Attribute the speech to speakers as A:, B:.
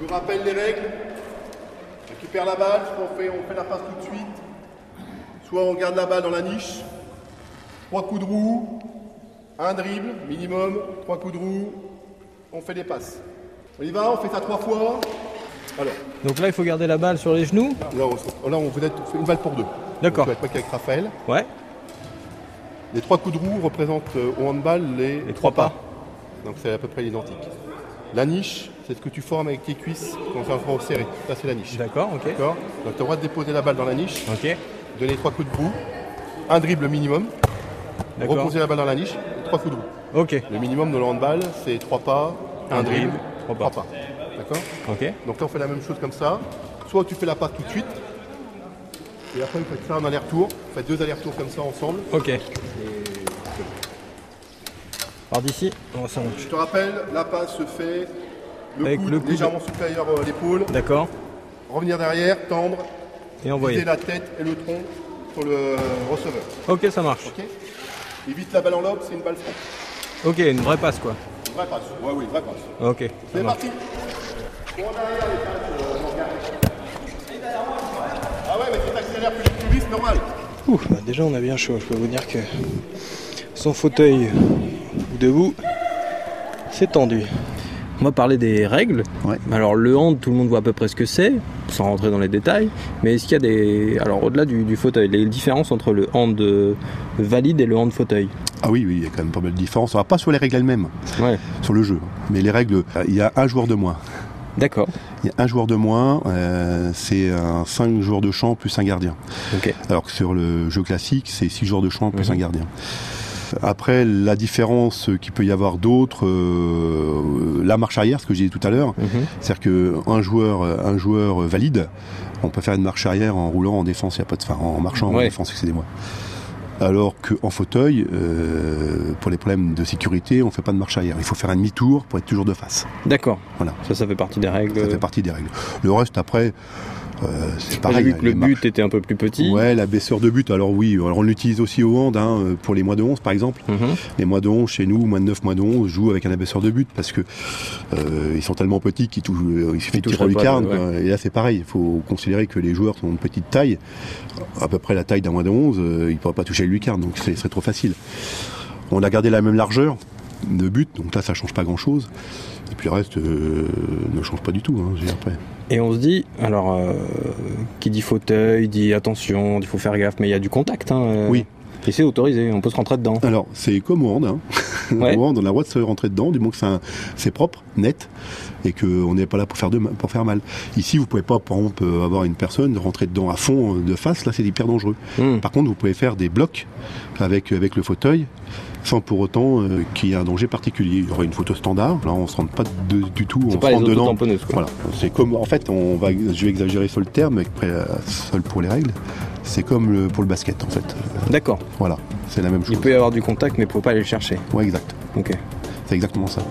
A: Je vous rappelle les règles. Ceux qui perd la balle, soit on fait, on fait la passe tout de suite, soit on garde la balle dans la niche. Trois coups de roue, un dribble minimum, trois coups de roue, on fait des passes. On y va, on fait ça trois fois. Alors,
B: Donc là, il faut garder la balle sur les genoux.
A: là on, se- là, on vous êtes- on fait une balle pour deux.
B: D'accord.
A: Donc, Tu vas être avec Raphaël.
B: Ouais.
A: Les trois coups de roue représentent euh, au handball les,
B: Les trois pas.
A: Donc c'est à peu près identique. La niche, c'est ce que tu formes avec tes cuisses quand c'est un front serré. Ça c'est la niche.
B: D'accord, ok.
A: D'accord Donc tu as le droit de déposer la balle dans la niche,
B: Ok.
A: donner trois coups de roue, un dribble minimum,
B: D'accord.
A: reposer la balle dans la niche, et trois coups de roue.
B: Ok.
A: Le minimum dans le handball, c'est trois pas, un,
B: Un
A: dribble,
B: dribble, trois pas.
A: D'accord
B: Ok.
A: Donc là on fait la même chose comme ça. Soit tu fais la passe tout de suite, et après vous faites ça en aller-retour. Vous faites deux allers-retours comme ça ensemble.
B: Ok. Par d'ici. Oh, ça marche.
A: Je te rappelle, la passe se fait le
B: Avec
A: coude
B: le coude.
A: légèrement supérieur à l'épaule,
B: D'accord.
A: revenir derrière, tendre,
B: Et
A: viser
B: envoyer.
A: la tête et le tronc sur le euh, receveur.
B: Ok, ça marche.
A: ok Évite la balle en lobe, c'est une balle franche.
B: Ok, une vraie passe quoi.
A: Une vraie passe. Ouais, oui, une vraie passe.
B: Ok. Ça
A: C'est
B: marche.
A: parti Cours derrière les passes, euh, Morgane. Ah ouais, mais si t'accélères plus vite, plus vite, c'est normal.
C: Ouh, bah déjà on a bien chaud, je peux vous dire que sans fauteuil ou debout, c'est tendu.
D: On va parler des règles.
E: Ouais.
D: Alors le hand, tout le monde voit à peu près ce que c'est, sans rentrer dans les détails. Mais est-ce qu'il y a des... Alors au-delà du, du fauteuil, les différences entre le hand euh, valide et le hand fauteuil.
E: Ah oui, oui, il y a quand même pas mal de différences. On va pas sur les règles elles-mêmes,
D: Ouais.
E: sur le jeu. hein. Mais les règles, euh, il y a un joueur de moins.
D: D'accord.
E: Il y a un joueur de moins, euh, c'est un 5 joueurs de champ plus un gardien.
D: Ok.
E: Alors que sur le jeu classique, c'est 6 joueurs de champ
D: Mhm.
E: plus un gardien. Après, la différence qu'il peut y avoir d'autres, euh, la marche arrière, ce que j'ai dit tout à l'heure,
D: Mhm.
E: c'est-à-dire qu'un joueur, euh, un joueur euh, valide, on peut faire une marche arrière en roulant en défense, il y a pas de, enfin, en marchant en
D: Ouais.
E: défense, excusez-moi. Alors qu'en fauteuil, euh, pour les problèmes de sécurité, on fait pas de marche arrière. Il faut faire un demi-tour pour être toujours de face.
D: D'accord.
E: Voilà.
D: Ça, ça fait partie des règles.
E: Ça fait partie des règles. Le reste, après, euh, c'est
D: J'ai
E: pareil.
D: vu que
E: les
D: le
E: marches.
D: but était un peu plus petit.
E: Ouais, la baisseur de but, alors oui, alors on l'utilise aussi au hand hein, euh, pour les moins de 11 par exemple.
D: Mhm.
E: Les moins de 11 chez nous, moins de 9, moins de 11, jouent avec un abaisseur de but parce que euh, ils sont tellement petits qu'ils touchent, euh, il suffit de
D: touchent
E: tirer en
D: la balle,
E: lucarne.
D: ouais.
E: quoi. Et là c'est pareil, il faut considérer que les joueurs sont de petite taille, à peu près la taille d'un moins de 11, euh, ils ne pourraient pas toucher le lucarne, donc c'est- ce serait trop facile. On a gardé la même largeur de but, donc là ça change pas grand chose. Et puis le reste euh, ne change pas du tout, hein, je veux dire, après.
D: Et on se dit, alors, euh, qui dit fauteuil, dit attention, il faut faire gaffe, mais il y a du contact. hein, euh,
E: Oui.
D: Et c'est autorisé, on peut se rentrer dedans.
E: Alors, c'est comme au hand. Hein.
D: Ouais.
E: Au hand, on a le droit de se rentrer dedans, du moment que c'est un- c'est propre, net, et qu'on n'est pas là pour faire, de, ma- pour faire mal. Ici, vous pouvez pas, par exemple, euh, avoir une personne rentrer dedans à fond, euh, de face, là, c'est hyper dangereux.
D: Hmm.
E: Par contre, vous pouvez faire des blocs avec, euh, avec le fauteuil, sans pour autant euh, qu'il y ait un danger particulier. Il y aurait une photo standard, là, on se rentre pas de- du tout,
D: C'est
E: on
D: pas
E: se
D: les
E: rentre dedans.
D: auto-tamponneuses. quoi.
E: Voilà, c'est comme en fait, on va, je vais exagérer sur le terme, mais après, euh, seul pour les règles, c'est comme le- pour le basket en fait. Euh,
D: D'accord.
E: Voilà, c'est la même
D: Il
E: chose.
D: peut y avoir du contact, mais il ne faut pas aller le chercher.
E: Ouais, exact.
D: Ok.
E: C'est exactement ça.